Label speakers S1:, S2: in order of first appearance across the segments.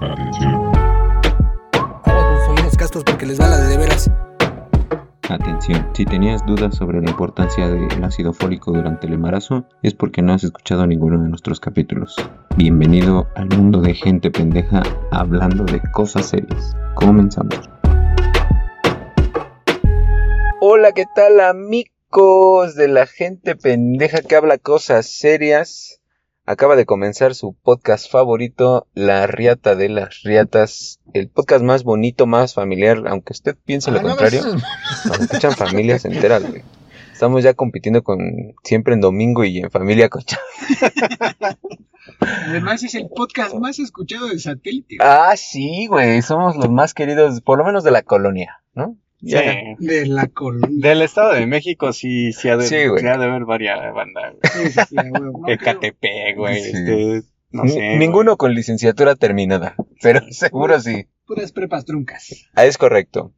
S1: Atención,
S2: Aguas, bufoneros castos porque les va la de de veras.
S3: Atención, si tenías dudas sobre la importancia del ácido fólico durante el embarazo, es porque no has escuchado ninguno de nuestros capítulos. Bienvenido al mundo de gente pendeja hablando de cosas serias. Comenzamos.
S4: Hola, ¿qué tal amigos de la gente pendeja que habla cosas serias? Acaba de comenzar su podcast favorito, La Riata de las Riatas, el podcast más bonito, más familiar, aunque usted piense lo
S5: Ah, no,
S4: contrario,
S5: eso es-
S4: nos escuchan familias enteras, güey. Estamos ya compitiendo con siempre en domingo y en familia con Chava.
S5: Además es el podcast más escuchado de satélite.
S4: Ah, sí, güey, somos los más queridos, por lo menos de la colonia, ¿no?
S6: Sí.
S4: Ya.
S5: De la colonia.
S6: Eh, Del Estado de México sí, sí ha de,
S4: Sí, güey.
S6: sí ha de haber varias bandas. güey.
S5: Sí, sí, sí, a huevo. No creo.
S6: Ecatepec, güey.
S4: Sí.
S6: Este, no
S4: Ni-
S6: sé. güey.
S4: ninguno con licenciatura terminada, pero seguro sí.
S5: Puras prepas truncas.
S4: Ah, Es correcto.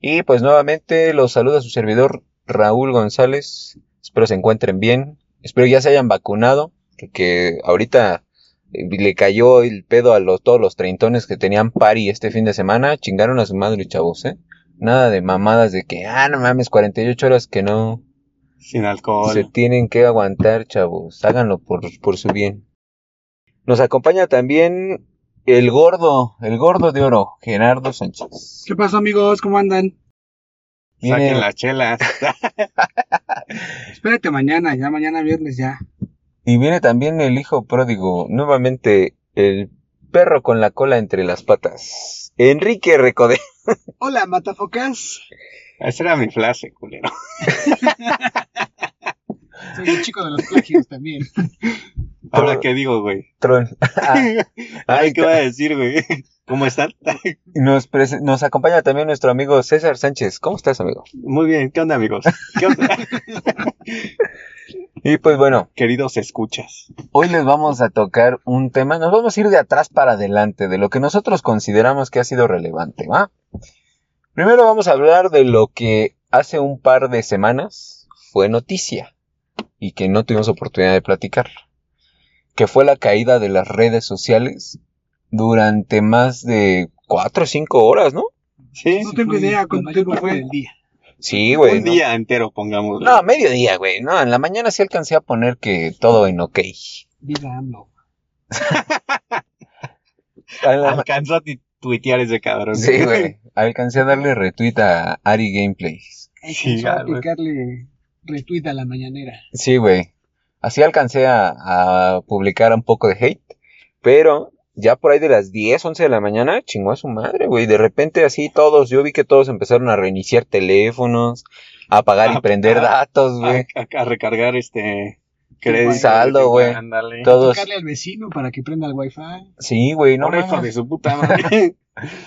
S4: Y pues nuevamente los saluda su servidor Raúl González. Espero se encuentren bien. Espero ya se hayan vacunado, porque ahorita eh, le cayó el pedo a los, todos los treintones que tenían pari este fin de semana. Chingaron a su madre, chavos, ¿eh? Nada de mamadas de que, ah, no mames, 48 horas que no
S6: Sin alcohol.
S4: se tienen que aguantar, chavos. Háganlo por, por su bien. Nos acompaña también el gordo, el gordo de oro, Gerardo Sánchez.
S5: ¿Qué pasó, amigos? ¿Cómo andan?
S6: Saquen
S4: Viene-
S6: las chelas.
S5: Espérate mañana, ya mañana viernes ya.
S4: Y viene también el hijo pródigo, nuevamente el perro con la cola entre las patas. Enrique Recode.
S5: Hola, matafocas.
S6: Esa era mi frase, culero.
S5: Soy el chico de los plagios también.
S6: Ahora qué digo, güey.
S4: Tron. Ay,
S6: Ay, ¿qué voy a decir, güey? ¿Cómo están?
S4: nos, prese- nos acompaña también nuestro amigo César Sánchez. ¿Cómo estás, amigo?
S6: Muy bien, ¿qué onda, amigos? ¿Qué onda?
S4: Y pues bueno,
S6: Queridos escuchas.
S4: hoy les vamos a tocar un tema. Nos vamos a ir de atrás para adelante, de lo que nosotros consideramos que ha sido relevante, ¿va? Primero vamos a hablar de lo que hace un par de semanas fue noticia y que no tuvimos oportunidad de platicar, que fue la caída de las redes sociales durante más de cuatro o cinco horas, ¿no?
S6: Sí,
S5: No tengo idea cuánto tiempo fue el día.
S4: Sí, güey.
S6: un
S4: ¿no?
S6: día entero, pongamos.
S4: No, mediodía, güey. No, en la mañana sí alcancé a poner que todo en ok.
S5: Viva AMLO.
S4: En la ma-
S6: Alcanzó a ti- tuitear ese cabrón.
S4: Sí, güey. Alcancé a darle retweet a Ari Gameplays.
S6: Sí,
S5: Empezó a
S6: güey.
S5: aplicarle retweet a la mañanera.
S4: Sí, güey. Así alcancé a, a publicar un poco de hate, pero ya por ahí de las 10, 11 de la mañana, chingó a su madre, güey. De repente así todos, yo vi que todos empezaron a reiniciar teléfonos, a apagar y
S6: Ah,
S4: prender
S6: ah,
S4: datos,
S6: A,
S4: güey.
S6: a- a recargar este crédito.
S4: Saldo, güey.
S6: Ándale.
S4: Todos,
S5: Aplicarle al vecino para que prenda el wifi.
S4: sí, güey, no
S6: No, hijo de
S4: mames.
S6: su puta madre.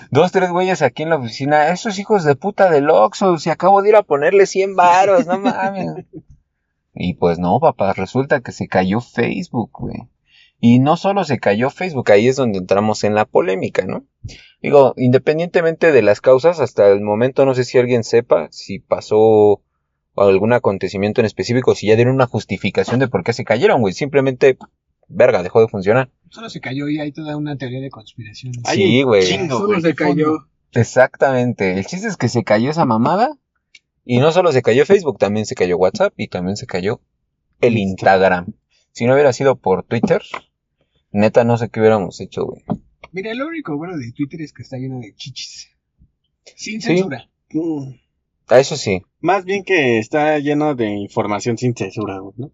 S4: Dos, tres güeyes aquí en la oficina, esos hijos de puta del Oxxo, si acabo de ir a ponerle 100 varos, no mames. Y pues no, papá, resulta que se cayó Facebook, güey. Y no solo se cayó Facebook, ahí es donde entramos en la polémica, ¿no? Digo, independientemente de las causas, hasta el momento no sé si alguien sepa si pasó algún acontecimiento en específico, si ya dieron una justificación de por qué se cayeron, güey. Simplemente, verga, dejó de funcionar.
S5: Solo se cayó y hay toda una teoría de conspiración.
S6: Ay,
S4: sí, güey.
S6: chingo,
S5: Solo
S6: güey,
S5: se
S6: qué
S5: cayó.
S4: Exactamente. El chiste es que se cayó esa mamada. Y no solo se cayó Facebook, también se cayó WhatsApp y también se cayó el Instagram. Si no hubiera sido por Twitter, neta no sé qué hubiéramos hecho, güey.
S5: Mira, lo único bueno de Twitter es que está lleno de chichis. Sin
S4: Sí.
S5: censura.
S6: Mm.
S4: Ah, Eso sí,
S6: Más bien que está lleno de información sin censura, güey, ¿no?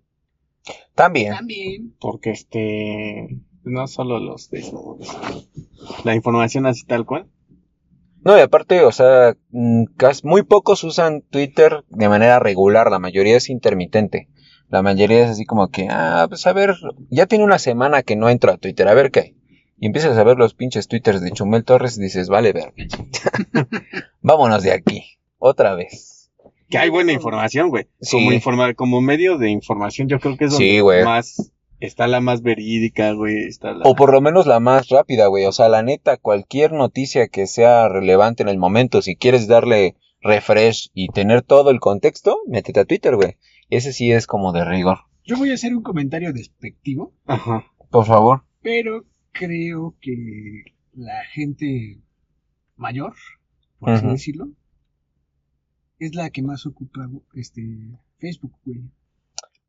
S4: también.
S5: También.
S6: Porque este. No solo los de. La información así tal cual.
S4: No, y aparte, o sea, mm, cas- muy pocos usan Twitter de manera regular, la mayoría es intermitente. La mayoría es así como que, ah, pues a ver, ya tiene una semana que no entro a Twitter, a ver qué hay. Y empiezas a ver los pinches Twitters de Chumel Torres y dices, vale, verga. Vámonos de aquí, otra vez.
S6: Que hay buena información, güey.
S4: Sí.
S6: Como, informa- como medio de información, yo creo que es donde
S4: Sí, güey.
S6: más. Está la más verídica, güey. Está la.
S4: O por lo menos la más rápida, güey. O sea, la neta, cualquier noticia que sea relevante en el momento, si quieres darle refresh y tener todo el contexto, métete a Twitter, güey. Ese sí es como de rigor.
S5: Yo voy a hacer un comentario despectivo,
S6: Ajá.
S4: Por favor.
S5: pero creo que la gente mayor, por así
S4: Ujú.
S5: decirlo, es la que más ocupa este Facebook, güey.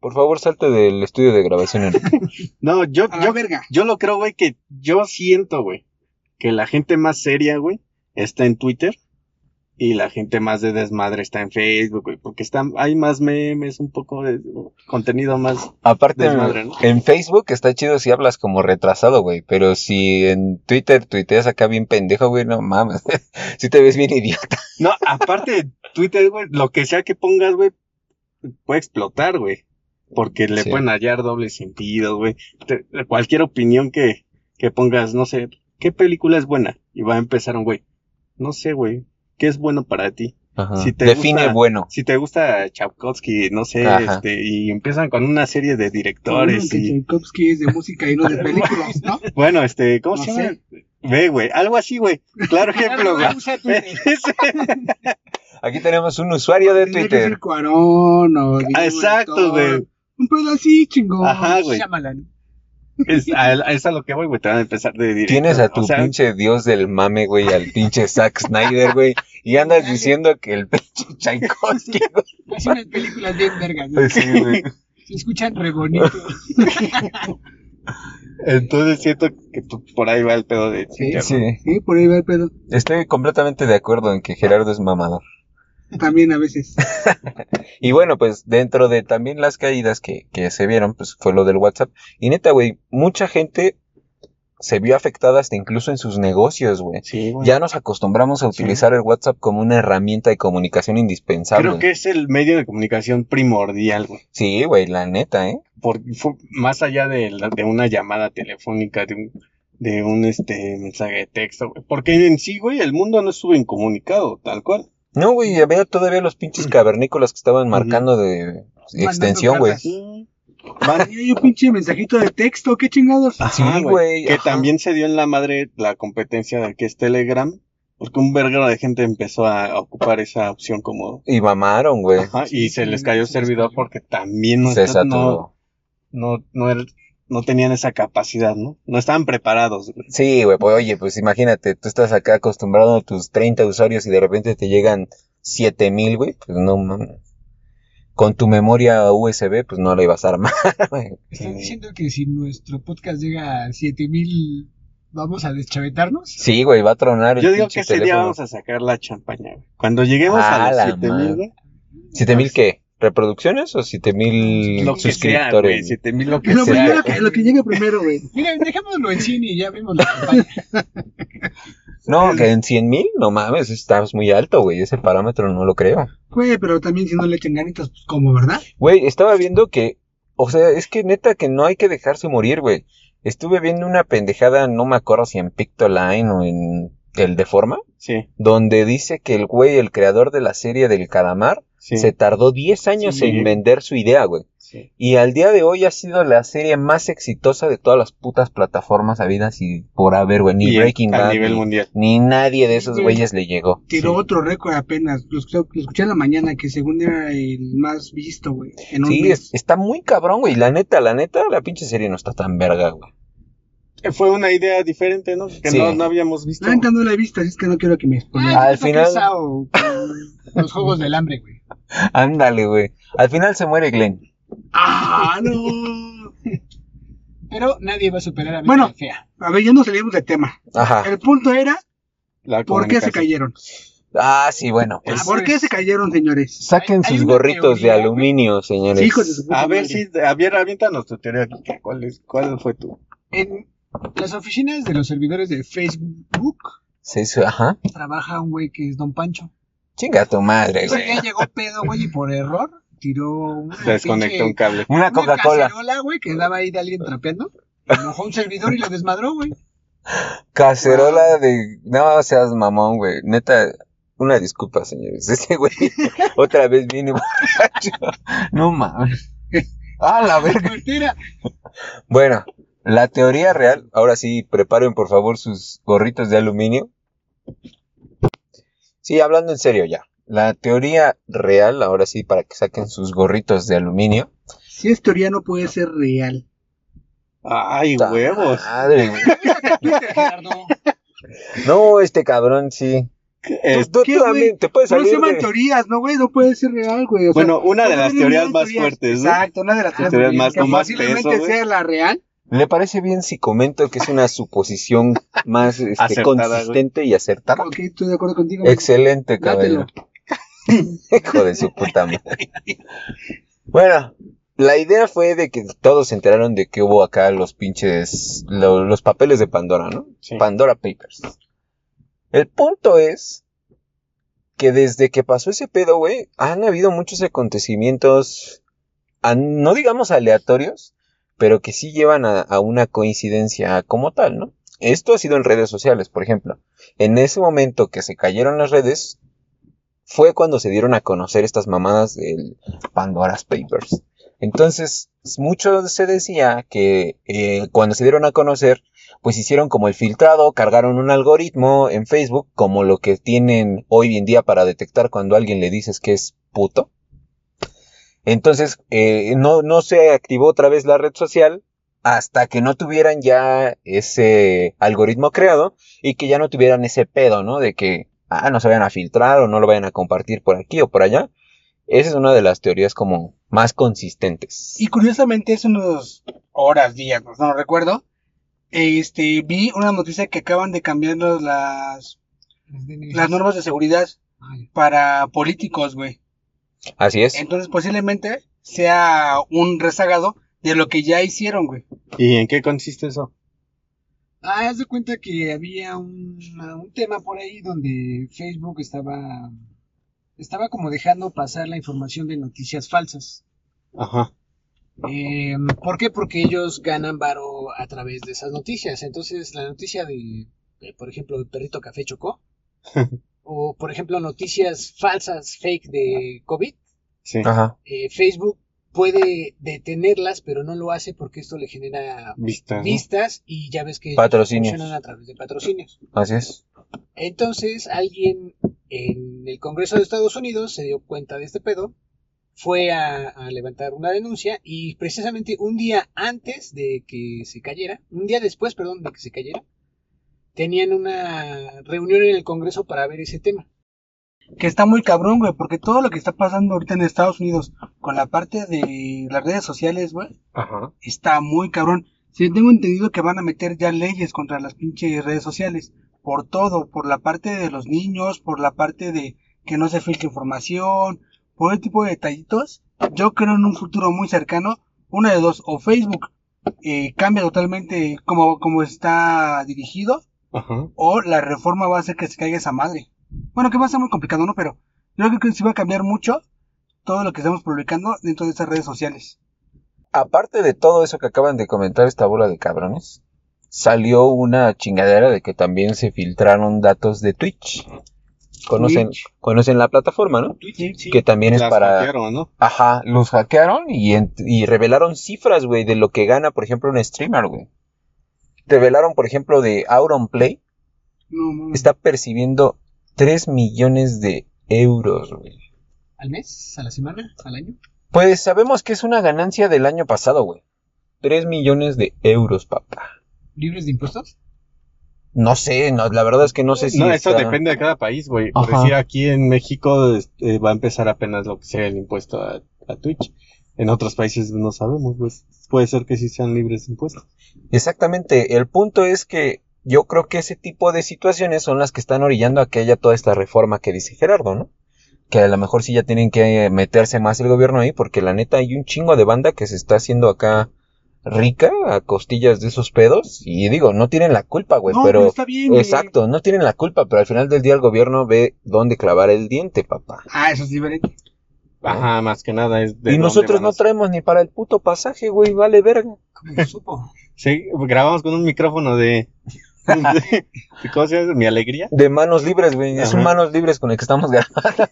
S4: Por favor, salte del estudio de grabación. Enrique.
S6: No, yo,
S5: A la
S6: Ah, yo,
S5: verga.
S6: yo lo creo, güey, que yo siento, güey, que la gente más seria, güey, está en Twitter y la gente más de desmadre está en Facebook, güey, porque están, hay más memes, un poco de contenido más.
S4: Aparte,
S6: Desmadre, ¿no?
S4: en Facebook está chido si hablas como retrasado, güey. Pero si en Twitter tuiteas acá bien pendejo, güey, no mames. si te ves bien idiota.
S6: No, aparte de Twitter, güey, lo que sea que pongas, güey, puede explotar, güey, porque le
S4: Sí.
S6: pueden hallar doble sentido, güey. Te- Cualquier opinión que, que pongas, no sé, ¿qué película es buena? Y va a empezar un güey, no sé, güey, ¿qué es bueno para ti? Si te
S4: Define
S6: gusta-
S4: bueno.
S6: si te gusta Chapkowski, no sé,
S4: Ajá.
S6: este, y empiezan con una serie de directores
S5: Que
S6: y,
S5: Tchaikovsky es de música y no de películas, ¿no?
S6: bueno, este, ¿cómo
S5: No
S6: se llama? Ve, güey, algo así, güey. Claro ejemplo, güey.
S5: Usa Twitter.
S4: Aquí tenemos un usuario de
S5: Tendría que
S4: Twitter.
S5: ser Cuarón o Guillermo del
S6: exacto,
S5: Toro.
S6: güey.
S5: Un pedo así, chingón.
S6: Ajá, güey.
S5: Shyamalan.
S6: Es a, a- es a lo que voy, güey, te van a empezar de director.
S4: Tienes a tu
S6: O sea,
S4: pinche dios del mame, güey, al pinche Zack Snyder, güey, y andas diciendo que el pinche Tchaikovsky, güey.
S5: Hace unas películas bien vergas. ¿no?
S4: Pues sí, güey.
S5: Se escuchan re bonito.
S6: Entonces siento que tú- por ahí va el pedo de...
S5: Sí,
S6: ya,
S4: Sí,
S5: Sí, ¿eh? por ahí va el pedo.
S4: estoy completamente de acuerdo en que Gerardo es mamador.
S5: También a veces.
S4: Y bueno, pues dentro de también las caídas que, que se vieron, pues fue lo del WhatsApp. Y neta, güey, mucha gente se vio afectada hasta incluso en sus negocios, güey.
S6: Sí, güey.
S4: Ya nos acostumbramos a utilizar el WhatsApp como una herramienta de comunicación indispensable.
S6: Creo que es el medio de comunicación primordial, güey.
S4: Sí, güey, la neta, ¿eh?
S6: Porque fue más allá de, la- de una llamada telefónica, de un, de un este, mensaje de texto, güey. Porque en sí, güey, el mundo no estuvo incomunicado, tal cual.
S4: No, güey, había todavía los pinches cavernícolas que estaban marcando de extensión, güey.
S5: cartas. Hay un pinche mensajito de texto, qué chingados.
S6: Ah,
S4: Sí, güey,
S6: Que
S4: ajá.
S6: también se dio en la madre la competencia de que es Telegram, porque un verguero de gente empezó a ocupar esa opción como...
S4: Y mamaron, güey.
S6: Ajá, y se
S5: sí,
S6: les
S5: sí,
S6: cayó el
S5: sí, les
S6: servidor
S5: cayó.
S6: porque también no,
S4: Se
S6: está- no,
S4: saturó.
S6: no, no, era- no tenían esa capacidad, ¿no? No estaban preparados. güey.
S4: Sí, güey, pues oye, pues imagínate, tú estás acá acostumbrado a tus 30 usuarios y de repente te llegan 7000, güey, pues no mames. Con tu memoria USB, pues no la ibas a armar, güey.
S5: Están
S6: Sí.
S5: diciendo que si nuestro podcast llega a 7000, vamos a deschavetarnos.
S4: Sí, güey, va a tronar el
S6: Yo digo
S4: pinche
S6: que ese día
S4: teléfono.
S6: vamos a sacar la champaña. güey. Cuando lleguemos
S4: Ah,
S6: a
S4: la
S6: los 7000,
S4: madre.
S6: güey,
S4: 7000 qué? ¿Reproducciones o 7000
S6: pues lo que sea, güey,
S4: suscriptores?
S6: 7000 lo que
S5: Lo
S6: sea.
S5: primero que, lo que llegue primero, güey. Mira, dejémoslo en cine y ya vemos la campaña.
S4: no, que en 100,000, no mames, estás muy alto, güey, ese parámetro no lo creo.
S5: Güey, pero también si no le echan ganitas, pues como, ¿verdad?
S4: Güey, estaba viendo que, o sea, es que neta que no hay que dejarse morir, güey. Estuve viendo una pendejada, no me acuerdo si en Pictoline o en el Deforma,
S6: Sí,
S4: donde dice que el güey, el creador de la serie del calamar,
S6: sí,
S4: se tardó 10 años
S6: Sí.
S4: en vender su idea, güey.
S6: sí.
S4: Y al día de hoy ha sido la serie más exitosa de todas las putas plataformas habidas y por haber, güey. Ni
S6: Y
S4: Breaking
S6: a
S4: Bad,
S6: nivel
S4: ni,
S6: mundial.
S4: ni nadie de esos
S5: Sí.
S4: güeyes le llegó.
S5: Tiró
S6: Sí.
S5: otro récord apenas. Lo escuché, lo escuché en la mañana, que según era el más visto, güey. En un
S4: Sí,
S5: mes.
S4: es- está muy cabrón, güey. La neta, la neta, la pinche serie no está tan verga, güey.
S6: Eh, Fue una idea diferente, ¿no? Que
S4: Sí.
S6: no, no habíamos visto.
S5: La neta no la he visto, así Pues es que no quiero que me expongan.
S4: Al final-
S5: Ah, o con los juegos del hambre, güey.
S4: Ándale, güey. Al final se muere Glenn.
S5: ¡Ah, no!
S1: Pero nadie va a superar a Betty
S5: Bueno.
S1: la Fea.
S5: A ver, ya nos salimos del tema.
S4: Ajá.
S5: El punto era,
S6: La
S5: ¿por qué se
S6: comunicación.
S5: cayeron?
S4: Ah, sí, bueno. pues,
S5: ¿Por qué se cayeron, señores?
S4: saquen
S1: hay
S4: sus
S1: una
S4: gorritos
S1: teoría,
S4: de
S1: güey.
S4: aluminio, señores.
S5: Hijos de su puta
S6: A ver
S5: madre.
S6: si, a ver, aviéntanos tu teoría. ¿Cuál, es, cuál fue tu?
S5: Ah,
S1: En las oficinas de los servidores de Facebook
S4: Se hizo- ajá.
S1: trabaja un güey que es Don Pancho.
S4: Chinga tu madre,
S1: Ese
S4: güey.
S1: día llegó pedo, güey, y por error tiró una
S6: Desconectó un
S1: pinche-
S6: cable.
S4: Una
S1: una
S4: Coca-Cola.
S1: cacerola, güey, que daba ahí de alguien trapeando. Enojó un servidor y lo desmadró, güey.
S4: Cacerola de. No seas mamón, güey. Neta, una disculpa, señores. Ese güey otra vez viene borracho. No mames. A la verga.
S1: Mentira.
S4: Bueno, la teoría real. Ahora sí, preparen por favor sus gorritos de aluminio. Sí, hablando en serio ya. La teoría real, ahora sí, para que saquen sus gorritos de aluminio.
S5: Si es teoría, no puede ser real.
S6: Ay,
S4: Ta
S6: huevos.
S4: Madre, güey.
S1: Gerardo.
S4: No, este cabrón sí.
S6: Es-
S4: Tú, tú-
S5: ¿Qué,
S4: tú también
S5: güey?
S4: te puedes
S5: Pero
S4: salir
S5: se llaman
S4: de-
S5: teorías, ¿no, güey? No puede ser real, güey. O sea,
S6: bueno, una de
S5: no
S6: las
S5: tiene
S6: teorías
S5: mil
S6: más
S5: teorías.
S6: fuertes, ¿no?
S5: Exacto, una de las
S6: Las teorías más-
S5: que
S6: con más
S5: posiblemente
S6: peso, güey.
S5: sea la real.
S4: ¿Le parece bien si comento que es una suposición más este,
S6: Acertada, güey.
S4: consistente y acertada?
S5: Ok, estoy de acuerdo contigo. güey.
S4: Excelente, caballero.
S5: Dátelo.
S4: Hijo de su puta madre. Bueno, la idea fue de que todos se enteraron de que hubo acá los pinches, lo- los papeles de Pandora, ¿no?
S6: Sí.
S4: Pandora Papers. El punto es que desde que pasó ese pedo, güey, han habido muchos acontecimientos, ah, no digamos aleatorios, pero que sí llevan a, a una coincidencia como tal, ¿no? Esto ha sido en redes sociales, por ejemplo. En ese momento que se cayeron las redes, fue cuando se dieron a conocer estas mamadas del Pandora's Papers. Entonces, mucho se decía que eh, cuando se dieron a conocer, pues hicieron como el filtrado, cargaron un algoritmo en Facebook, como lo que tienen hoy en día para detectar cuando a alguien le dices que es puto. Entonces, eh, no, no se activó otra vez la red social hasta que no tuvieran ya ese algoritmo creado y que ya no tuvieran ese pedo, ¿no? De que, ah, no se vayan a filtrar o no lo vayan a compartir por aquí o por allá. Esa es una de las teorías como más consistentes.
S5: Y curiosamente, hace unos horas, días, no, no recuerdo, este, vi una noticia que acaban de cambiar los- las, las normas de seguridad para políticos, güey.
S4: Así es.
S5: Entonces, posiblemente sea un rezagado de lo que ya hicieron, güey.
S6: ¿Y en qué consiste eso?
S1: Ah, haz de cuenta que había un, un tema por ahí donde Facebook estaba, estaba como dejando pasar la información de noticias falsas.
S6: Ajá.
S1: Eh, ¿Por qué? Porque ellos ganan varo a través de esas noticias. Entonces, la noticia de, de, por ejemplo, el perrito café chocó. o, por ejemplo, noticias falsas, fake de COVID.
S6: Sí.
S4: Ajá.
S1: eh, Facebook puede detenerlas, pero no lo hace porque esto le genera
S6: Vistas. ¿no?
S1: vistas y ya ves que
S4: Patrocinios.
S1: funcionan a través de patrocinios.
S4: Así es.
S1: Entonces alguien en el Congreso de Estados Unidos se dio cuenta de este pedo, fue a, a levantar una denuncia y precisamente un día antes de que se cayera, un día después, perdón, de que se cayera, tenían una reunión en el Congreso para ver ese tema.
S5: Que está muy cabrón, güey, porque todo lo que está pasando ahorita en Estados Unidos con la parte de las redes sociales, güey,
S6: Ajá.
S5: está muy cabrón. Sí, tengo entendido que van a meter ya leyes contra las pinches redes sociales. Por todo, por la parte de los niños, por la parte de que no se filtre información, por ese tipo de detallitos. Yo creo en un futuro muy cercano, una de dos, o Facebook eh, cambia totalmente como, como está dirigido,
S6: Ajá.
S5: o la reforma va a hacer que se caiga esa madre. Bueno, que va a ser muy complicado, ¿no? Pero yo creo que sí va a cambiar mucho todo lo que estamos publicando dentro de estas redes sociales.
S4: aparte de todo eso que acaban de comentar esta bola de cabrones, salió una chingadera de que también se filtraron datos de Twitch. Conocen, conocen la plataforma, ¿no? Que también es
S6: Las
S4: para...
S6: hackearon, ¿no?
S4: Ajá, los hackearon y, en- y revelaron cifras, güey, de lo que gana, por ejemplo, un streamer, güey. Revelaron, por ejemplo, de Auronplay,
S5: No, mames.
S4: está percibiendo 3 millones de euros, güey.
S1: ¿Al mes? ¿A la semana? ¿Al año?
S4: Pues sabemos que es una ganancia del año pasado, güey. 3 millones de euros, papá.
S1: ¿Libres de impuestos?
S4: No sé, no, la verdad es que no sé si.
S6: no, eso
S4: está-
S6: depende de cada país, güey. Por
S4: Ajá.
S6: decir, aquí en México este, va a empezar apenas lo que sea el impuesto a, a Twitch. En otros países no sabemos, pues. Puede ser que sí sean libres de impuestos.
S4: Exactamente, el punto es que yo creo que ese tipo de situaciones son las que están orillando a que haya toda esta reforma que dice Gerardo, ¿no? Que a lo mejor sí ya tienen que meterse más el gobierno ahí, porque la neta hay un chingo de banda que se está haciendo acá rica a costillas de esos pedos. Y digo, no tienen la culpa, güey,
S5: No,
S4: Pues, pero.
S5: está bien, güey.
S4: Exacto, no tienen la culpa, pero al final del día el gobierno ve dónde clavar el diente, papá.
S5: Ah, eso es diferente.
S6: Ajá, más que nada es de.
S4: Y
S6: dónde
S4: nosotros
S6: van a-
S4: no traemos ni para el puto pasaje, güey, vale verga.
S1: ¿Cómo lo supo?
S6: Sí, grabamos con un micrófono de. de- ¿Cómo se llama? Mi alegría.
S4: De manos libres, güey. Es un
S6: Ajá.
S4: manos libres con el que estamos grabando.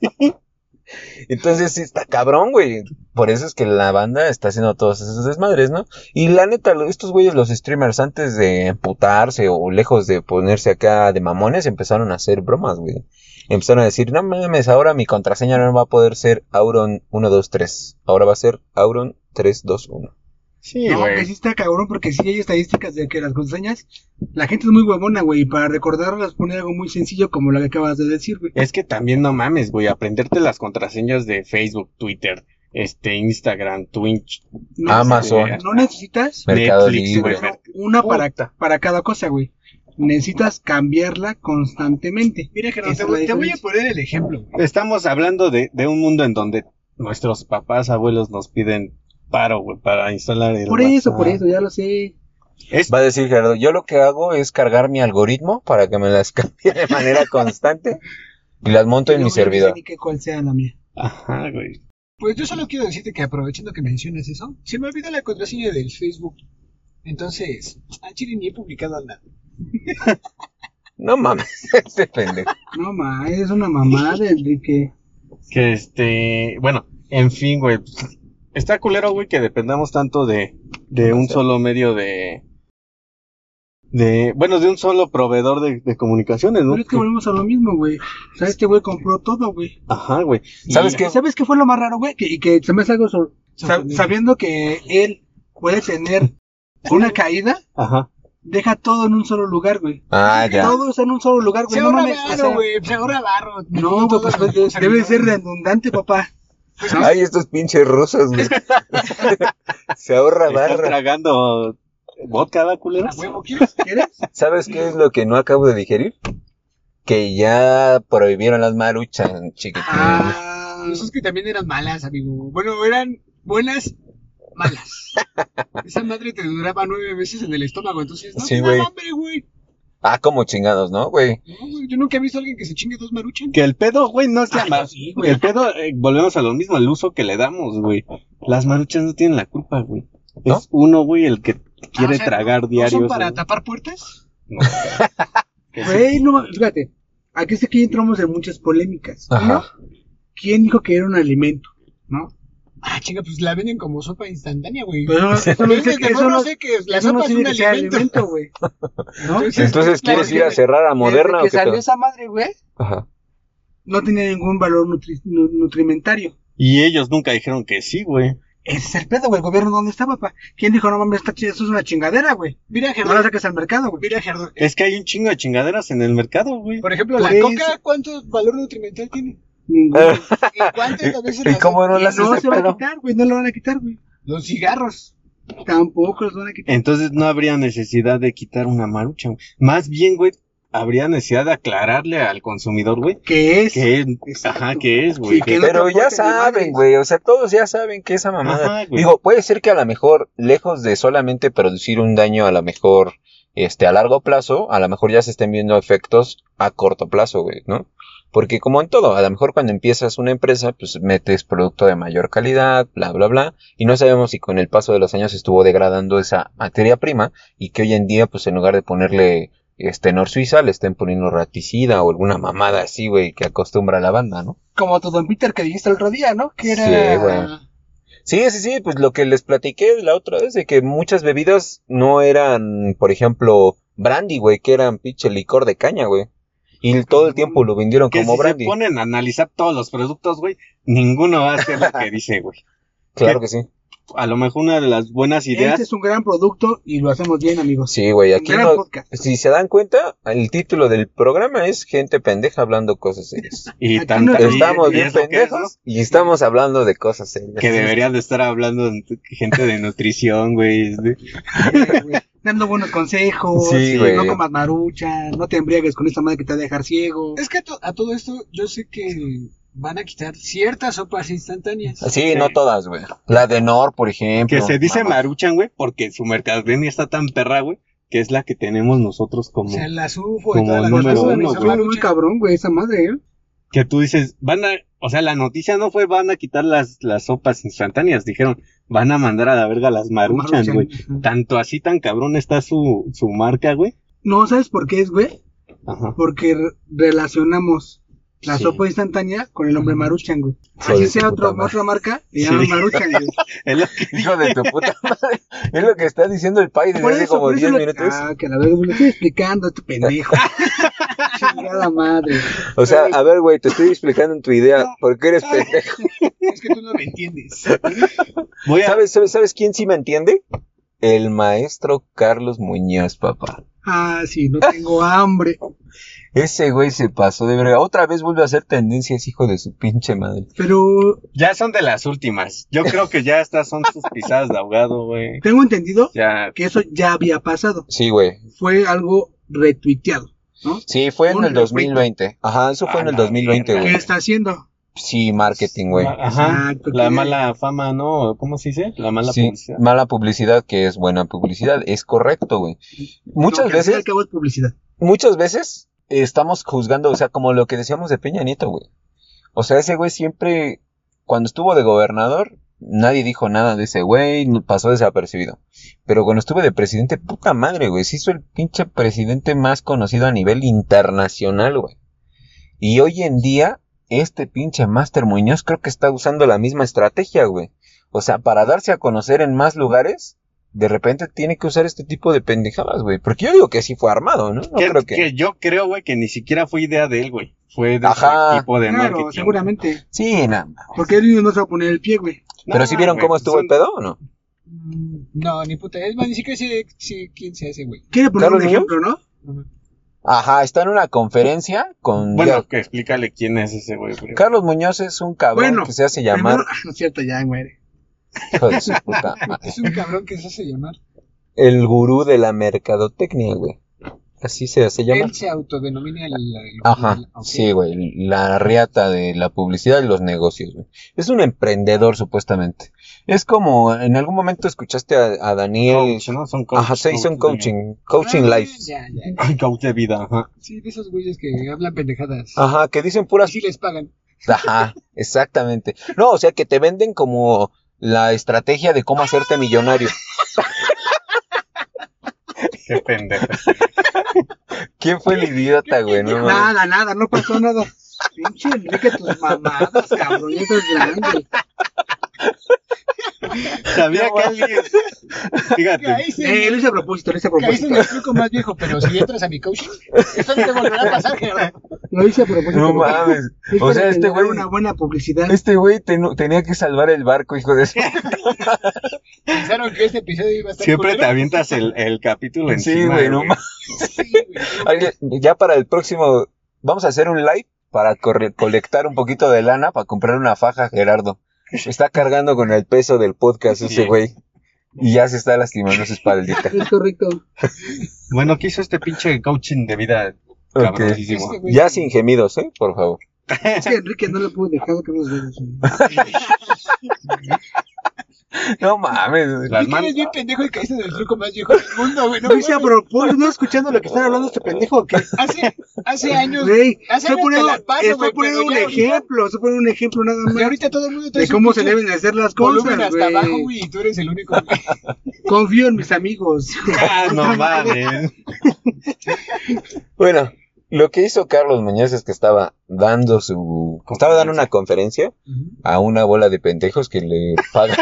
S4: Entonces sí está cabrón, güey. Por eso es que la banda está haciendo todos esos desmadres, ¿no? Y la neta, lo- estos güeyes, los streamers, antes de emputarse o lejos de ponerse acá de mamones, empezaron a hacer bromas, güey. Empezaron a decir, no mames, ahora mi contraseña no pues, va a poder ser Auron 123. Ahora va a ser Auron 321.
S6: Sí,
S5: no,
S6: güey.
S5: que sí está cabrón porque sí hay estadísticas de que las contraseñas, la gente es muy huevona, güey, y para recordarlas pone algo muy sencillo como la que acabas de decir, güey.
S6: Es que también no mames, güey, aprenderte las contraseñas de Facebook, Twitter, este, Instagram, Twitch,
S5: No,
S4: Amazon.
S5: No necesitas
S4: Mercado
S6: Netflix,
S4: Libre.
S6: güey.
S5: sino una para, para cada cosa, güey. Necesitas cambiarla constantemente.
S1: Mira, que
S5: Esa
S1: te,
S5: es la
S1: voy- te voy a
S5: diferencia.
S1: poner el ejemplo. güey.
S6: Estamos hablando de, de un mundo en donde nuestros papás, abuelos nos piden paro, güey, para instalar el
S5: Por eso, por
S6: WhatsApp.
S5: eso, ya lo sé.
S6: Es-
S4: Va a decir Gerardo, yo lo que hago es cargar mi algoritmo para que me las cambie de manera constante y las monto en
S5: Yo
S4: mi
S5: no sé
S4: servidor.
S5: Ni que cuál sea la mía.
S6: Ajá, güey.
S1: Pues yo solo quiero decirte que aprovechando que mencionas eso, se me olvidó la contraseña del Facebook. Entonces, a Chile ni he publicado nada.
S4: No mames, este pendejo.
S5: No, ma, es una mamada, Enrique.
S6: Que este, bueno, en fin, güey. pues, Está culero, güey, que dependamos tanto de, de un solo medio de... De, bueno, de un solo proveedor de, de comunicaciones, ¿no?
S5: Pero es que volvemos a lo mismo, güey. O sea, este güey compró todo, güey.
S6: Ajá, güey.
S4: ¿Sabes
S6: Y-
S4: qué?
S5: ¿Sabes qué fue lo más raro, güey? Que, y que se me hace algo sor- sab- sabiendo que él puede tener una caída,
S6: Ajá.
S5: deja todo en un solo lugar, güey.
S4: Ah, ya.
S5: Todo está en un solo lugar, güey.
S1: Se
S5: No
S1: ahorra
S5: mames. o sea,
S1: barro, güey. Se ahorra barro.
S5: No, güey, pues, pues, debe ser redundante, papá. pues,
S4: Ay, estos pinches rusos, güey. Se ahorra
S6: ¿Estás
S4: barra.
S6: tragando vodka, da, culero?
S5: Ah,
S1: A huevo, ¿quieres?
S5: ¿Quieres?
S4: ¿Sabes qué es lo que no acabo de digerir? Que ya prohibieron las maruchas, chiquitín.
S5: Ah,
S1: Pues es que también eran malas, amigo. Bueno, eran buenas, malas. Esa madre te duraba nueve meses en el estómago, entonces no
S4: Sí,
S1: te
S4: güey.
S1: daba hambre, güey.
S4: Ah, como chingados, ¿no, güey?
S1: No, güey, Yo nunca he visto a alguien que se chingue dos maruchan.
S6: Que el pedo, güey, no es la
S1: Ah,
S6: ma-
S1: sí, güey.
S6: El pedo, eh, volvemos a lo mismo, el uso que le damos, güey. Las maruchas no tienen la culpa, güey.
S4: ¿No?
S6: Es uno, güey, el que
S1: Ah, o
S6: quiere
S1: sea,
S6: tragar
S1: ¿no
S6: diarios.
S1: son para
S6: güey.
S1: tapar puertas?
S5: güey, no mames. Fíjate, aquí es que entramos en muchas polémicas. ¿no?
S4: Ajá.
S5: ¿Quién dijo que era un alimento? ¿No?
S1: Ah, chinga, pues la venden como sopa instantánea, güey.
S5: Pero eso no
S1: Yo
S5: dice
S1: desde
S5: que eso
S1: morro
S5: no-
S1: sé que la
S5: eso no
S1: sopa es un
S5: significa que sea
S1: alimento.
S5: alimento, güey. ¿No?
S4: Entonces, ¿quieres ir a cerrar a Moderna o qué
S5: Desde que salió
S4: pedo?
S5: esa madre, güey,
S4: Ajá.
S5: no tenía ningún valor nutri- nu- nutrimentario.
S6: Y ellos nunca dijeron que sí, güey.
S5: Ese es el pedo, güey. ¿El gobierno dónde está, papá? ¿Quién dijo, no mames, está ch- eso es una chingadera, güey?
S1: Mira,
S5: No la
S1: Gerardo.
S5: saques al mercado, güey.
S1: Mira, Gerardo.
S6: Es que hay un chingo de chingaderas en el mercado, güey.
S1: Por ejemplo,
S5: Por
S1: la
S5: eso-
S1: coca, ¿cuánto valor nutrimental tiene?
S5: Ningún-
S1: ¿Y cuántas veces
S4: ¿Y
S1: las-
S4: cómo no
S5: Y
S4: la haces
S5: Eh, no
S4: de
S5: se van a
S4: pedo?
S5: quitar, güey. No la van a quitar, güey.
S1: Los cigarros.
S5: Tampoco los van a quitar.
S6: Entonces no habría necesidad de quitar una marucha. güey. Más bien, güey, habría necesidad de aclararle al consumidor, güey,
S5: ¿Qué es?
S6: que,
S5: Exacto.
S6: ajá, que es, güey.
S5: Sí, que no
S4: Pero
S5: te
S4: ya
S5: aporten ni
S4: saben,
S5: madres.
S4: güey, o sea, todos ya saben que esa mamada.
S6: Ajá, güey.
S4: Digo, puede ser que a lo mejor, lejos de solamente producir un daño a lo mejor, este, a largo plazo, a lo mejor ya se estén viendo efectos a corto plazo, güey, ¿no? Porque como en todo, a lo mejor cuando empiezas una empresa, pues metes producto de mayor calidad, bla, bla, bla, y no sabemos si con el paso de los años estuvo degradando esa materia prima y que hoy en día, pues en lugar de ponerle este nor suiza, le estén poniendo raticida o alguna mamada así, güey, que acostumbra la banda, ¿no?
S5: Como tu Don Peter que dijiste el otro día, ¿no? Que era...
S4: Sí, güey. Sí, sí, sí, pues lo que les platiqué la otra vez de que muchas bebidas no eran, por ejemplo, brandy, güey, que eran pinche licor de caña, güey. Y todo el tiempo lo vendieron
S6: Que
S4: como
S6: si
S4: brandy.
S6: se ponen a analizar todos los productos, güey, ninguno va a hacer lo que dice, güey.
S4: Claro que sí.
S6: a lo mejor una de las buenas ideas.
S5: Este es un gran producto y lo hacemos bien, amigos.
S4: Sí, güey, aquí
S5: gran
S4: no-
S5: podcast.
S4: si se dan cuenta, el título del programa es Gente pendeja hablando cosas serias.
S6: y
S5: aquí
S6: tan,
S5: no
S6: y-
S4: Estamos
S6: y
S4: bien
S6: eso que es, ¿no?
S4: pendejos y estamos hablando de cosas serias.
S6: Que deberían de estar hablando de gente de nutrición, güey. de-
S5: güey. Dando buenos consejos,
S4: Sí,
S5: y
S4: güey.
S5: no comas marucha, no te embriagues con esta madre que te va a dejar ciego.
S1: Es que a, to- a todo esto yo sé que van a quitar ciertas sopas instantáneas.
S4: Sí, no todas, güey. La de Nor, por ejemplo.
S6: Que se dice
S4: Mamá.
S6: maruchan, güey, porque su mercadotecnia está tan perra, güey, que es la que tenemos nosotros
S1: O
S6: como...
S1: sea, la UFO y
S6: Como
S1: toda la
S6: número
S1: cosa,
S6: uno,
S1: esa
S6: güey.
S5: Habla muy
S1: marucha.
S5: cabrón, güey, esa madre, ¿eh?
S6: Que tú dices, van a... O sea, la noticia no fue van a quitar las, las sopas instantáneas, dijeron, van a mandar a la verga las maruchan,
S5: Maruchan.
S6: güey. Tanto así, tan cabrón está su, su marca, güey.
S5: No, ¿sabes por qué es, güey?
S6: Ajá.
S5: Porque re- relacionamos la
S6: Sí.
S5: sopa instantánea con el nombre Maruchan, güey.
S4: Hijo de
S5: Así
S4: tu
S5: sea
S4: puta
S5: otro,
S4: madre.
S5: otra marca, le
S6: Sí.
S5: llaman Maruchan, güey.
S6: Es lo
S4: Hijo de tu puta madre. Es lo que está diciendo el país desde hace como
S5: por
S4: 10
S5: lo-
S4: minutos.
S5: Ah, que la verdad, güey, lo estoy explicando, este pendejo. chingada madre.
S4: O sea, a ver, güey, te estoy explicando en tu idea. ¿Por qué eres pendejo?
S1: Es que tú no me entiendes.
S6: Voy a,
S4: ¿Sabes, sabes, ¿Sabes quién sí me entiende? El maestro Carlos Muñoz, papá.
S5: Ah, sí, no tengo hambre.
S4: Ese güey se pasó de verga. Otra vez vuelve a hacer tendencias, hijo de su pinche madre.
S5: Pero
S6: ya son de las últimas. Yo creo que ya estas son sus pisadas de ahogado, güey.
S5: tengo entendido
S6: Ya.
S5: que eso ya había pasado.
S4: Sí, güey.
S5: Fue algo retuiteado.
S4: Sí, fue en
S5: Un
S4: el 2020. Ajá, eso fue
S6: A
S4: en el
S6: la
S4: 2020,
S6: mierda.
S5: ¿Qué
S4: güey.
S5: está haciendo?
S4: Sí, marketing, güey.
S6: Ah, Ajá.
S5: Exacto,
S6: La
S5: que-
S6: mala fama, ¿no? ¿Cómo se dice? La mala
S4: Sí,
S6: publicidad.
S4: mala publicidad que es buena publicidad, es correcto, güey. Muchas
S5: Lo que al fin
S4: veces
S5: y al cabo pues, es publicidad.
S4: muchas veces estamos juzgando, o sea, como lo que decíamos de Peña Nieto, güey. O sea, ese güey siempre, cuando estuvo de gobernador, nadie dijo nada de ese güey, no- pasó desapercibido. Pero cuando estuve de presidente, puta madre, güey, se hizo el pinche presidente más conocido a nivel internacional, güey. Y hoy en día, este pinche Master Muñoz creo que está usando la misma estrategia, güey. O sea, para darse a conocer en más lugares, de repente tiene que usar este tipo de pendejadas, güey. Porque yo digo que sí fue armado, ¿no? No
S6: que,
S4: creo que...
S6: que yo creo, güey, que ni siquiera fue idea de él, güey. Fue de
S4: Ajá.
S6: su equipo de
S5: claro,
S6: marketing.
S5: seguramente.
S4: Sí, nada.
S5: Porque él mismo no se va a poner el pie, güey.
S4: Pero sí vieron
S6: pues
S4: cómo estuvo el pedo, ¿o no?
S1: Mm, No, ni puta. Es más, ni siquiera sé, sé quién se hace, güey.
S5: Quiere poner
S4: ¿Carlos
S5: un ejemplo, ¿no?
S4: Ajá, está en una conferencia con...
S6: Bueno,
S4: ya-
S6: que explícale quién es ese güey. güey.
S4: Carlos Muñoz es un cabrón
S5: Bueno,
S4: que se hace llamar...
S5: Primero- ah, no es cierto, ya muere.
S4: hijo de su puta madre,
S1: Es un cabrón que se hace llamar.
S4: El gurú de la mercadotecnia, güey. Así se hace llamar.
S1: Él se autodenomina el. el-
S4: Ajá,
S1: el- ok.
S4: sí, güey, la riata de la publicidad y los negocios, güey. Es un emprendedor, supuestamente. Es como, en algún momento escuchaste a, a Daniel...
S6: Coach, ¿no? Son coach,
S4: Ajá, se hizo un
S6: coach de-
S4: coaching, coaching
S1: Ah,
S4: life.
S1: Ya, ya.
S6: Ay, coach de vida, ajá.
S1: Sí, de esos güeyes que hablan pendejadas.
S5: Ah.
S4: Ajá, que dicen
S1: Y
S4: puras
S1: sí les pagan.
S4: Ajá, exactamente. No, o sea que te venden como la estrategia de cómo hacerte millonario.
S6: Qué pendejo.
S4: ¿Quién fue el idiota, güey? No, mames.
S5: Nada, nada, no pasó nada. Pinche Enrique, tus mamadas, cabrón, ya estás grande.
S6: Sabía que alguien. Fíjate.
S1: Ahí sí.
S5: Eh, lo hice a propósito, lo hice a
S1: Caíste
S5: propósito.
S1: en el truco más viejo, pero si entras a mi coaching, esto no te volverá a pasar, Gerardo.
S5: Lo hice a propósito.
S4: No
S5: güey.
S4: mames.
S5: Es
S4: O
S5: para
S4: sea, este
S5: generar
S4: güey,
S5: una buena publicidad.
S4: este güey tenu- tenía que salvar el barco, hijo de eso.
S1: Pensaron que este episodio iba a estar
S6: Siempre te
S1: culero.
S6: avientas el, el capítulo
S4: Sí,
S6: encima.
S4: güey, no mames.
S1: Sí, güey.
S4: Alguien- Ya para el próximo, vamos a hacer un live para corre- colectar un poquito de lana para comprar una faja, Gerardo. Está cargando con el peso del podcast ese
S6: Sí.
S4: güey. Y ya se está lastimando su espaldita.
S5: Es correcto.
S6: Bueno, ¿qué hizo este pinche coaching de vida?
S4: Ok.
S6: Cabronísimo.
S1: Este güey-
S4: Ya sin gemidos, ¿eh? Por favor.
S5: Sí, Enrique, no le puedo dejar que me los dedos. güey.
S4: No
S5: Pues,
S4: mames.
S6: Las
S1: Y que eres
S6: manos.
S1: bien pendejo y caíste en el truco más viejo del mundo, güey. No,
S5: Lo hice a
S1: mames.
S5: propósito, no escuchando lo que están hablando este pendejo. o qué?
S1: hace, hace años.
S5: Güey,
S1: hace
S5: estoy
S1: años
S5: poniendo,
S1: te la paso,
S5: estoy
S1: güey,
S5: poniendo
S1: pero
S5: un
S1: ya ahorita-
S5: ejemplo, estoy poniendo un ejemplo nada
S1: Y
S5: más
S1: ahorita todo el mundo trae
S5: de
S1: su
S5: cómo se
S1: pinche
S5: deben hacer las
S1: volumen
S5: cosas,
S1: hasta abajo,
S5: güey.
S1: güey, y tú eres el único. güey.
S5: Confío en mis amigos.
S6: Ah, no mames.
S4: Bueno, lo que hizo Carlos Muñoz es que estaba dando su. Estaba dando una conferencia a una bola de pendejos que le paga-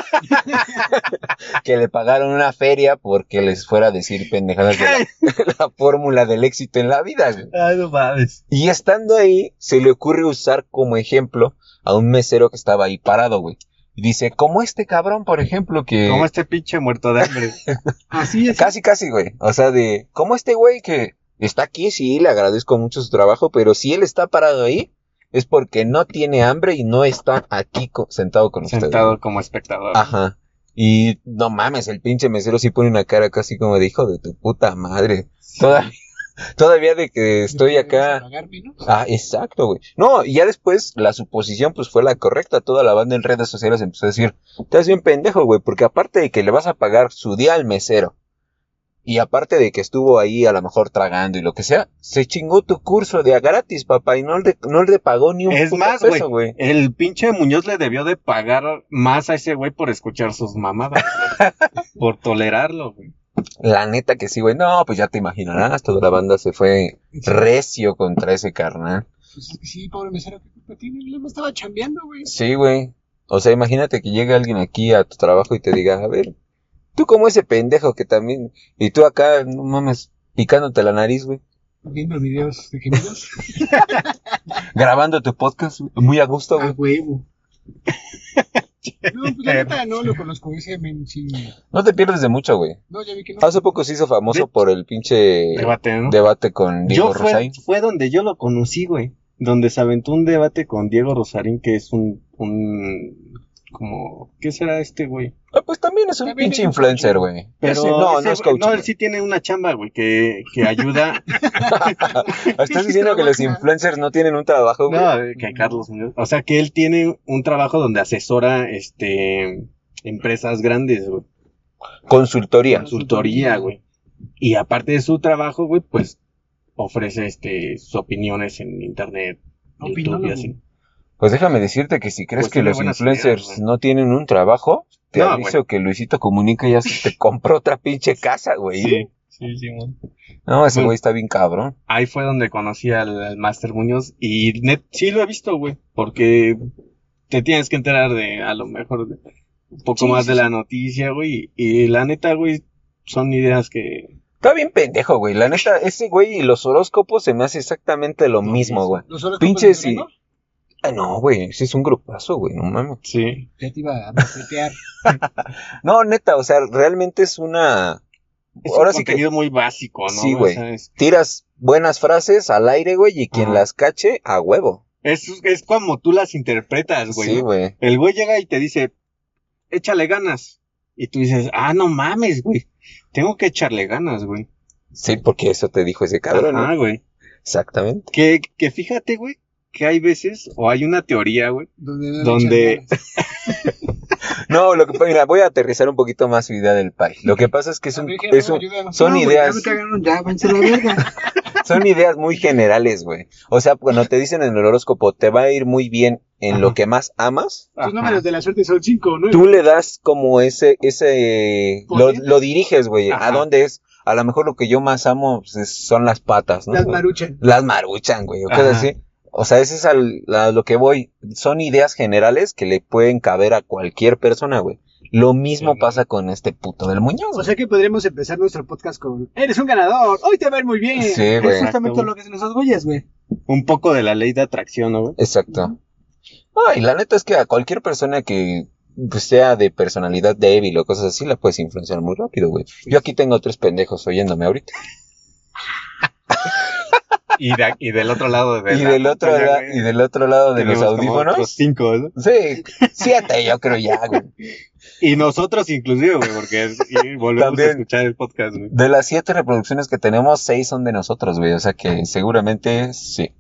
S4: que le pagaron una feria porque les fuera a decir pendejadas de la, la fórmula del éxito en la vida. güey.
S6: Ah, no mames.
S4: Y estando ahí, se le ocurre usar como ejemplo a un mesero que estaba ahí parado, güey. Y Dice, como este cabrón, por ejemplo, que.
S6: Como este pinche muerto de hambre.
S5: Así es.
S4: Eh. Casi, casi, güey. O sea, de como este güey que está aquí, sí, le agradezco mucho su trabajo, pero si él está parado ahí, es porque no tiene hambre y no está aquí co- sentado con ustedes.
S6: Sentado como espectador.
S4: Ajá. Y no mames, el pinche mesero sí pone una cara casi como de hijo de tu puta madre. Todavía, todavía de que estoy
S1: Deberías
S4: acá.
S1: apagarme, ¿no?
S4: Ah, exacto, güey. No, y ya después la suposición pues fue la correcta. Toda la banda en redes sociales empezó a decir, estás bien pendejo, güey, porque aparte de que le vas a pagar su día al mesero, y aparte de que estuvo ahí a lo mejor tragando y lo que sea, se chingó tu curso de a gratis, papá, y no le, no le pagó ni un
S6: Es
S4: puto
S6: más,
S4: peso, güey.
S6: El pinche Muñoz le debió de pagar más a ese güey por escuchar sus mamadas. güey. por tolerarlo, güey.
S4: La neta que sí, güey. No, pues ya te imaginarás, toda la banda se fue recio contra ese carnal.
S1: Pues es que sí, pobre mesero, ¿qué culpa tiene? Él no estaba chambeando, güey.
S4: Sí, güey. O sea, imagínate que llegue alguien aquí a tu trabajo y te diga, a ver, tú como ese pendejo que también, y tú acá, no mames, picándote la nariz, güey.
S5: Viendo videos de gemidos.
S4: Grabando tu podcast muy a gusto,
S5: a
S4: güey.
S5: huevo.
S1: No, pues
S5: Eh,
S1: la neta no lo conozco, ese men sí.
S4: No te pierdes de mucho, güey.
S1: No, ya vi
S5: Ah,
S1: que no.
S4: Hace poco se hizo famoso
S6: De-
S4: por el pinche
S6: Debate, ¿no?
S4: debate con Eh, Diego
S6: yo fue,
S4: Rosaín.
S6: fue donde yo lo conocí, güey. Donde se aventó un debate con Diego Rosarín, que es un, un como, ¿qué será este güey?
S4: Ah, pues también es un
S1: También
S4: pinche
S1: es un
S4: influencer, güey.
S6: Pero
S4: Ese- no,
S6: ese
S4: no es
S6: güey-
S4: coach.
S6: No, él
S4: güey.
S6: sí tiene una chamba, güey, que, que ayuda.
S4: Ah, Estás diciendo que los influencers no tienen un trabajo, güey.
S6: no, eh, que Carlos Muñoz. O sea, que él tiene un trabajo donde asesora, este, empresas grandes, güey.
S4: Consultoría.
S6: Consultoría, güey. Y aparte de su trabajo, güey, pues ofrece, este, sus opiniones en internet, YouTube y
S5: Opinólogo.
S6: así.
S4: Pues déjame decirte que si crees
S6: Pues
S4: que
S6: tiene
S4: los
S6: buenas
S4: influencers
S6: ideas, güey.
S4: no tienen un trabajo, te
S6: No,
S4: aviso que Luisito Comunica ya se te compró otra pinche casa, güey.
S6: Sí, sí, sí, güey.
S4: No, ese
S6: Güey.
S4: güey está bien cabrón.
S6: ahí fue donde conocí al, al Master Muñoz y net, sí lo he visto, güey, porque te tienes que enterar de a lo mejor de- un poco
S1: Sí,
S6: más
S1: sí,
S6: de la noticia, güey, y la neta, güey, son ideas que
S4: Está bien pendejo, güey. La neta, ese güey y los horóscopos se me hace exactamente lo mismo, güey.
S1: Los horóscopos
S4: Pinches
S1: de
S4: y...
S1: verano,
S4: Ah, no, güey, ese es un grupazo, güey, no mames.
S6: sí,
S1: Ya te iba a bofetear.
S4: No, neta, o sea, realmente es una...
S6: es
S4: Ahora
S6: un
S4: sí que
S6: contenido muy básico, ¿no?
S4: Sí,
S6: O
S4: güey.
S6: sea, es,
S4: tiras buenas frases al aire, güey, y quien
S6: Ajá.
S4: las cache, a huevo.
S6: es, es como tú las interpretas, güey.
S4: sí,
S6: ¿no?
S4: güey.
S6: El güey llega y te dice, échale ganas. Y tú dices, ah, no mames, güey. Tengo que echarle ganas, güey.
S4: Sí, porque eso te dijo ese cabrón,
S6: Ajá,
S4: ¿no?
S6: güey.
S4: Exactamente.
S6: Que, que fíjate, güey, que hay veces, o hay una teoría, güey,
S1: Donde. no le
S6: Donde-
S1: echan ganas.
S4: No, lo que mira, voy a aterrizar un poquito más su idea del país. Lo que pasa es que es
S1: A
S4: un,
S1: ver, Gerardo,
S4: es un-
S1: ayúdanos.
S4: son
S5: No, güey,
S4: ideas,
S5: Ya me cagaron, ya, váyanse a la verga.
S4: son ideas muy generales, güey. O sea, cuando te dicen en el horóscopo te va a ir muy bien en lo
S6: Ajá.
S4: que más amas,
S1: Tus
S6: Ajá.
S1: números de la suerte son 5, ¿no?
S4: tú le das como ese ese lo,
S1: Poder.
S4: lo diriges, güey. ¿A
S6: Ajá.
S4: dónde es? A lo mejor lo que yo más amo pues, es- son las patas, ¿no?
S1: Las maruchan.
S4: Las maruchan, güey, o
S6: Ajá.
S4: cosas así. O sea, ese es al- a lo que voy. Son ideas generales que le pueden caber a cualquier persona, güey. Lo mismo
S6: Sí.
S4: pasa con este puto del Muñoz.
S1: O sea que podremos empezar nuestro podcast con Eres un ganador, hoy te va a ir muy bien.
S4: Sí,
S5: Es
S4: güey.
S5: justamente lo que hacen esas güeyes, güey.
S6: un poco de la ley de atracción, ¿no, güey?
S4: Exacto. No, y la neta es que a cualquier persona que pues, sea de personalidad débil o cosas así, la puedes influenciar muy rápido, güey. Yo aquí tengo tres pendejos oyéndome ahorita.
S6: Y, de- y del otro lado de
S4: Y
S6: Pues la
S4: del otro,
S6: pantalla,
S4: la-
S6: güey,
S4: y del otro lado de los
S6: tenemos como otros
S4: audífonos.
S6: cinco, ¿no?
S4: Sí, siete yo creo ya, güey.
S6: Y nosotros inclusive, güey, porque es- y volvemos
S4: También.
S6: a escuchar el podcast, güey.
S4: De las siete reproducciones que tenemos, seis son de nosotros, güey. O sea que seguramente sí.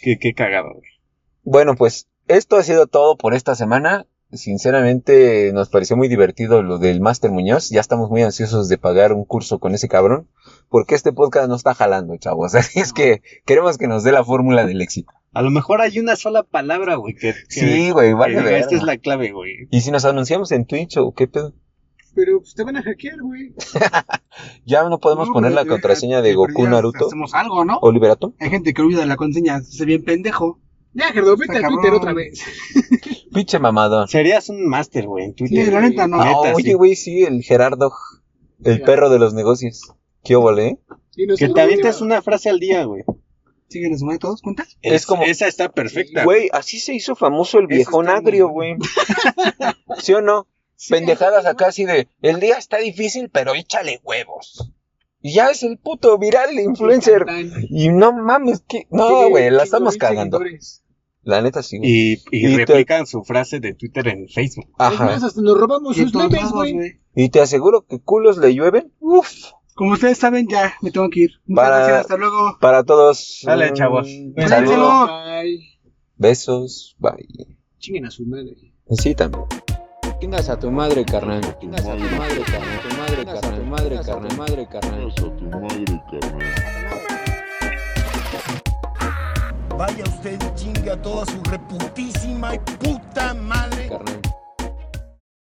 S6: Qué, qué cagado, güey.
S4: Bueno, pues esto ha sido todo por esta semana. Sinceramente nos pareció muy divertido lo del Master Muñoz. Ya estamos muy ansiosos de pagar un curso con ese cabrón. Porque este podcast no está jalando, chavos. Así es que queremos que nos dé la fórmula del éxito.
S6: A lo mejor hay una sola palabra, güey, que, que-
S4: Sí, güey,
S6: que
S4: vale.
S6: diga,
S4: verga.
S6: esta es la clave, güey.
S4: Y si nos anunciamos en Twitch o qué pedo.
S1: Pero pues, te van a hackear, güey.
S4: Ya no podemos
S5: No,
S4: poner
S5: pero
S4: la
S5: te-
S4: contraseña
S5: te
S4: de Goku
S5: perdías,
S4: Naruto
S5: Hacemos algo, ¿no?
S4: o Liberato.
S5: Hay gente que olvida la contraseña, se ve bien pendejo.
S1: Ya, Gerardo, vete
S5: Está
S1: a
S5: cabrón.
S1: Twitter otra vez.
S4: Pinche mamadón.
S6: Serías un máster, güey, en Twitter.
S5: Sí, la
S6: güey.
S5: neta, no.
S4: Ah,
S6: Neta, sí.
S4: oye, güey, sí, el Gerardo, el
S1: Ya.
S4: perro de los negocios. Qué óvole, ¿eh?
S1: Y nos
S6: Que te
S1: saludamos.
S6: avientes una frase al día, güey.
S5: Siguen a su madre todos, ¿cuentas?
S4: Es
S6: Es-
S4: como-
S6: Esa está perfecta.
S4: Güey, así se hizo famoso el
S6: Eso
S4: viejón
S6: está muy
S4: agrio, güey.
S6: bueno.
S4: ¿Sí o no?
S1: Sí,
S4: Pendejadas
S1: ¿no?
S4: acá así de, el día está difícil, pero échale huevos. Y ya es el puto viral influencer.
S1: Tan, tan.
S4: Y no mames, que... No,
S1: Tiene
S4: güey, la
S1: 5,000
S4: estamos cagando.
S1: seguidores.
S4: La neta sí, güey.
S6: Y, y,
S4: Y te-
S6: replican su frase de Twitter en Facebook.
S1: Es
S4: Ajá.
S1: más, hasta nos robamos
S5: Y en
S1: sus
S5: todos
S1: memes,
S5: lados,
S1: güey.
S5: güey.
S4: Y te aseguro que culos le llueven. Uf.
S5: Como ustedes saben, ya me tengo que ir. Muchas
S4: Para-
S5: gracias, hasta luego.
S4: Para todos.
S6: Dale,
S4: mm,
S6: chavos.
S1: pues,
S4: Saludos.
S5: Cuídense.
S1: Ay,
S4: Besos. Bye.
S1: chinguen a su madre.
S4: Sí, también. Chingas a tu madre, carnal.
S7: Chingas a tu madre, carnal.
S4: Tu madre, carnal. Madre, carnal. Madre, carnal.
S7: Chingas a tu madre, carnal.
S8: Vaya usted y chingue a toda su reputísima y puta madre.
S4: Carnal.